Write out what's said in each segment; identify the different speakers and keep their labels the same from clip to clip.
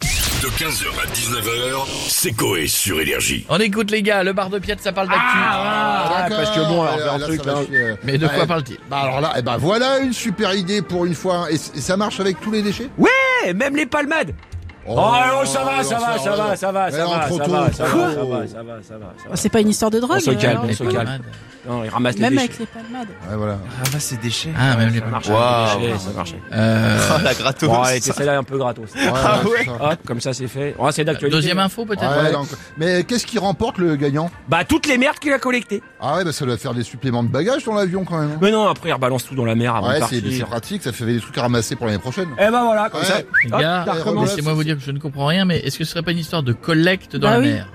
Speaker 1: De 15h à 19h, c'est Coé sur Énergie.
Speaker 2: On écoute les gars, le bar de piètre ça parle d'actu.
Speaker 3: Ah,
Speaker 4: D'accord,
Speaker 3: parce que bon, alors,
Speaker 4: là,
Speaker 3: faire un
Speaker 4: là,
Speaker 3: truc, hein.
Speaker 4: ça va
Speaker 3: là.
Speaker 4: chier, euh.
Speaker 2: Mais de
Speaker 4: Ah,
Speaker 2: quoi
Speaker 4: eh,
Speaker 2: parle-t-il
Speaker 4: Bah alors là, eh ben voilà une super idée pour une fois. hein. Et, c- et ça marche avec tous les déchets
Speaker 3: Ouais, même les palmades.
Speaker 4: Oh,
Speaker 3: non, ça va,
Speaker 4: alors
Speaker 3: ça va, ça va, ça va,
Speaker 4: Mais
Speaker 3: ça
Speaker 4: non,
Speaker 3: va,
Speaker 4: trop
Speaker 3: ça
Speaker 4: tôt,
Speaker 3: va, ça
Speaker 4: trop
Speaker 3: va, ça
Speaker 4: tôt.
Speaker 3: va, ça va, ça va, ça va.
Speaker 5: Bah, C'est pas une histoire de drogue. euh,
Speaker 3: se calme,
Speaker 5: alors.
Speaker 3: on se
Speaker 2: Les
Speaker 3: calme.
Speaker 2: pommades.
Speaker 3: Non, ils ramassent les
Speaker 5: Même
Speaker 3: déchets.
Speaker 5: avec les palmades.
Speaker 4: oh. Ouais, voilà.
Speaker 2: Ah, même les
Speaker 3: Ça marche,
Speaker 6: Waouh.
Speaker 3: les déchets, ça marche.
Speaker 2: Euh,
Speaker 6: Ah, la gratos.
Speaker 3: Bon, allez, c'est celle-là un peu gratos.
Speaker 4: Ouais,
Speaker 6: Ah
Speaker 4: ouais,
Speaker 6: ouais.
Speaker 4: c'est ça.
Speaker 3: Hop, comme ça c'est fait. Oh, c'est d'actualité.
Speaker 2: Deuxième info peut-être
Speaker 4: Ouais, donc- mais qu'est-ce qui remporte le gagnant
Speaker 3: Bah toutes les merdes qu'il a collectées.
Speaker 4: Ah ouais, bah ça doit faire des suppléments de bagages dans l'avion quand même. hein.
Speaker 3: Mais non, après il rebalance tout dans la mer avant de
Speaker 4: Ouais, c'est c'est
Speaker 3: partir.
Speaker 4: pratique, ça fait des trucs à ramasser pour l'année prochaine.
Speaker 3: Eh ben voilà, comme
Speaker 4: Ouais.
Speaker 3: ça.
Speaker 2: Les
Speaker 3: Hop,
Speaker 2: gars,
Speaker 3: ça recommence.
Speaker 2: laissez-moi vous dire que je ne comprends rien, mais est-ce que ce serait pas une histoire de collecte dans
Speaker 5: Bah
Speaker 2: la
Speaker 5: oui.
Speaker 2: mer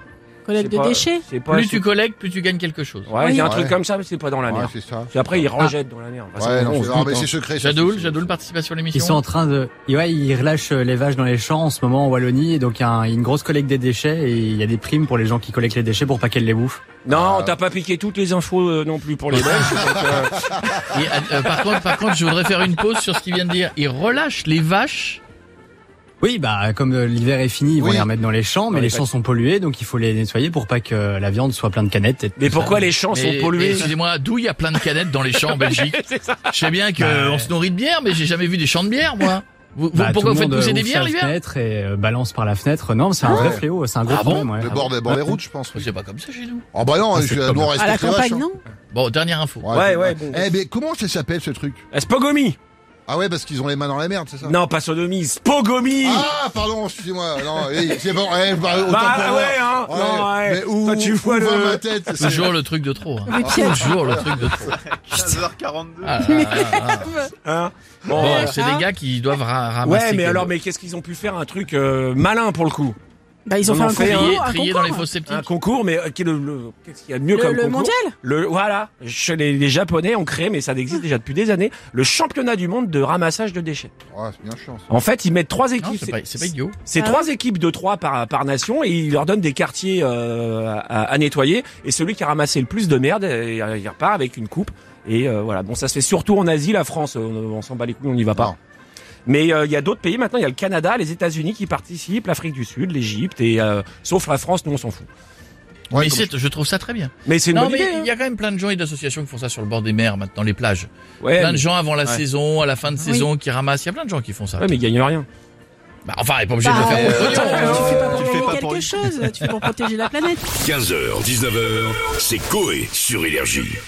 Speaker 5: Collecte
Speaker 3: C'est
Speaker 5: de
Speaker 3: pas-
Speaker 5: déchets.
Speaker 3: c'est pas-
Speaker 2: Plus
Speaker 3: c'est-
Speaker 2: tu collectes, plus tu gagnes quelque chose.
Speaker 3: Ouais, il y a un
Speaker 4: Ouais.
Speaker 3: truc comme ça, mais c'est pas dans la
Speaker 4: Ouais,
Speaker 3: mer.
Speaker 4: c'est ça.
Speaker 3: Puis après, ils rejettent dans la mer. Enfin,
Speaker 4: Ouais,
Speaker 3: Ah, c'est
Speaker 4: non,
Speaker 3: bon,
Speaker 4: c'est- ah,
Speaker 3: on se
Speaker 4: mais
Speaker 3: doute, hein.
Speaker 4: c'est secret. ça,
Speaker 2: Jadoul,
Speaker 4: c'est-
Speaker 2: Jadoul participe à sur
Speaker 7: Ils sont
Speaker 2: l'émission.
Speaker 7: en train de, et ouais, ils relâchent euh, les vaches dans les champs en ce moment en Wallonie, et donc il y, a un- il y a une grosse collecte des déchets et il y a des primes pour les gens qui collectent les déchets pour pas qu'elles les bouffent.
Speaker 3: hein. Non, t'as pas piqué toutes les infos euh, non plus pour les Belges. donc, euh,
Speaker 2: Et, euh, par contre, par contre, je voudrais faire une pause sur ce qu'il vient de dire. Ils relâchent les vaches.
Speaker 7: Oui, bah comme euh, l'hiver est fini, ils vont
Speaker 4: Oui.
Speaker 7: les remettre dans les champs, mais
Speaker 3: les
Speaker 7: les champs sont pollués, donc il faut les nettoyer pour pas que la viande soit pleine de canettes. et-
Speaker 3: Mais pourquoi les champs
Speaker 2: Mais-
Speaker 3: sont
Speaker 2: mais
Speaker 3: pollués
Speaker 2: Excusez-moi, d'où il y a plein de canettes dans les champs en Belgique Je sais bien qu'on
Speaker 7: Bah, ouais.
Speaker 2: se nourrit de bière, mais j'ai jamais vu des champs de bière, moi. Vous, vous-
Speaker 7: Bah,
Speaker 2: pourquoi
Speaker 7: tout
Speaker 2: vous
Speaker 7: le
Speaker 2: faites
Speaker 7: monde,
Speaker 2: pousser
Speaker 7: euh,
Speaker 2: des
Speaker 7: ouvre
Speaker 2: bières
Speaker 7: sa
Speaker 2: l'hiver
Speaker 7: fenêtre et euh, balance par la fenêtre. Non, c'est un
Speaker 4: Ouais.
Speaker 7: vrai fléau, c'est un gros
Speaker 2: Ah bon
Speaker 7: problème. ouais.
Speaker 4: Le bord, des- bord des routes, je pense.
Speaker 3: Ah,
Speaker 2: C'est pas comme ça chez nous.
Speaker 4: Oh bah non,
Speaker 7: Ah,
Speaker 4: je,
Speaker 7: c'est
Speaker 4: nous,
Speaker 7: comme-
Speaker 4: on
Speaker 5: À la
Speaker 4: respecte les vaches,
Speaker 5: campagne,
Speaker 4: hein.
Speaker 5: non
Speaker 2: Bon, dernière info. hein.
Speaker 3: Ouais,
Speaker 4: c'est-
Speaker 3: ouais, bon. Eh,
Speaker 4: Eh mais comment ça s'appelle ce truc
Speaker 3: Spogomie
Speaker 4: Ah ouais, parce qu'ils ont les mains dans la merde, c'est ça
Speaker 3: Non, pas sodomie, spogomie
Speaker 4: Ah pardon, excusez-moi. Non, eh, c'est bon. eh, bah, autant
Speaker 3: Bah
Speaker 4: pour moi.
Speaker 3: ouais, hein
Speaker 4: Ouais,
Speaker 3: Non, ouais.
Speaker 4: Mais où,
Speaker 3: Toi, tu vois
Speaker 4: où va
Speaker 3: le...
Speaker 4: ma tête c'est-
Speaker 2: Toujours le truc de trop. hein.
Speaker 3: Ah,
Speaker 5: Les pièges.
Speaker 2: Toujours le truc de trop.
Speaker 6: 15h42.
Speaker 2: Ah, là, là, là, là.
Speaker 3: Hein bon,
Speaker 2: Bon,
Speaker 3: euh,
Speaker 2: c'est des gars qui doivent ra-
Speaker 4: Ah, bah,
Speaker 2: ramasser.
Speaker 3: Ouais, mais
Speaker 2: quelque-
Speaker 3: alors, mais qu'est-ce qu'ils ont pu faire Un truc euh, malin, pour le coup.
Speaker 5: Bah, ils ont
Speaker 3: On
Speaker 5: fait
Speaker 3: en
Speaker 5: un
Speaker 3: fait
Speaker 2: trier,
Speaker 5: concours. un
Speaker 2: trier dans les
Speaker 5: concours.
Speaker 2: fosses septiques.
Speaker 3: Un concours, mais euh, qui est le- le- qu'est-ce qu'il y a de mieux
Speaker 5: Le,
Speaker 3: comme
Speaker 5: le
Speaker 3: concours
Speaker 5: mondial
Speaker 3: Le Voilà, chez les, les Japonais ont créé, mais ça existe déjà depuis des années, le championnat du monde de ramassage de déchets.
Speaker 4: Ouais, Ah, c'est bien chiant. ça.
Speaker 3: En fait, ils mettent trois équipes.
Speaker 2: Non, c'est pas, c'est pas idiot.
Speaker 3: C'est
Speaker 5: Ah
Speaker 3: trois équipes de trois par, par nation et ils leur donnent des quartiers euh, à, à nettoyer. Et celui qui a ramassé le plus de merde, euh, il repart avec une coupe. Et euh, voilà, bon, ça se fait surtout en Asie, la France, euh, on, on s'en bat les couilles, on n'y va pas.
Speaker 4: Non.
Speaker 3: Mais euh, il y a d'autres pays maintenant, il y a le Canada, les États-Unis qui participent, l'Afrique du Sud, l'Égypte, et euh, sauf la France, nous on s'en fout.
Speaker 4: Ouais,
Speaker 2: mais
Speaker 4: comme-
Speaker 2: c'est, je trouve ça très bien.
Speaker 3: Mais c'est une
Speaker 2: Non,
Speaker 3: bonne
Speaker 2: mais
Speaker 3: idée. hein.
Speaker 2: il y a quand même plein de gens et d'associations qui font ça sur le bord des mers maintenant, les plages.
Speaker 3: hein. Ouais,
Speaker 2: plein de
Speaker 3: mais-
Speaker 2: gens avant la
Speaker 3: Ouais.
Speaker 2: saison, à la fin de
Speaker 5: Oui.
Speaker 2: saison, qui ramassent. Il y a plein de gens qui font ça.
Speaker 3: ouais, mais ils gagnent rien.
Speaker 2: Bah, enfin, il est pas obligé
Speaker 5: Bah,
Speaker 2: de le faire.
Speaker 5: euh,
Speaker 2: pour autant.
Speaker 5: tu fais pas
Speaker 6: Tu
Speaker 5: pour
Speaker 6: fais
Speaker 5: gagner
Speaker 6: pas pour
Speaker 5: quelque
Speaker 6: une-
Speaker 5: chose, tu fais pour protéger la planète.
Speaker 1: 15h, 19h, c'est Coé sur Énergie.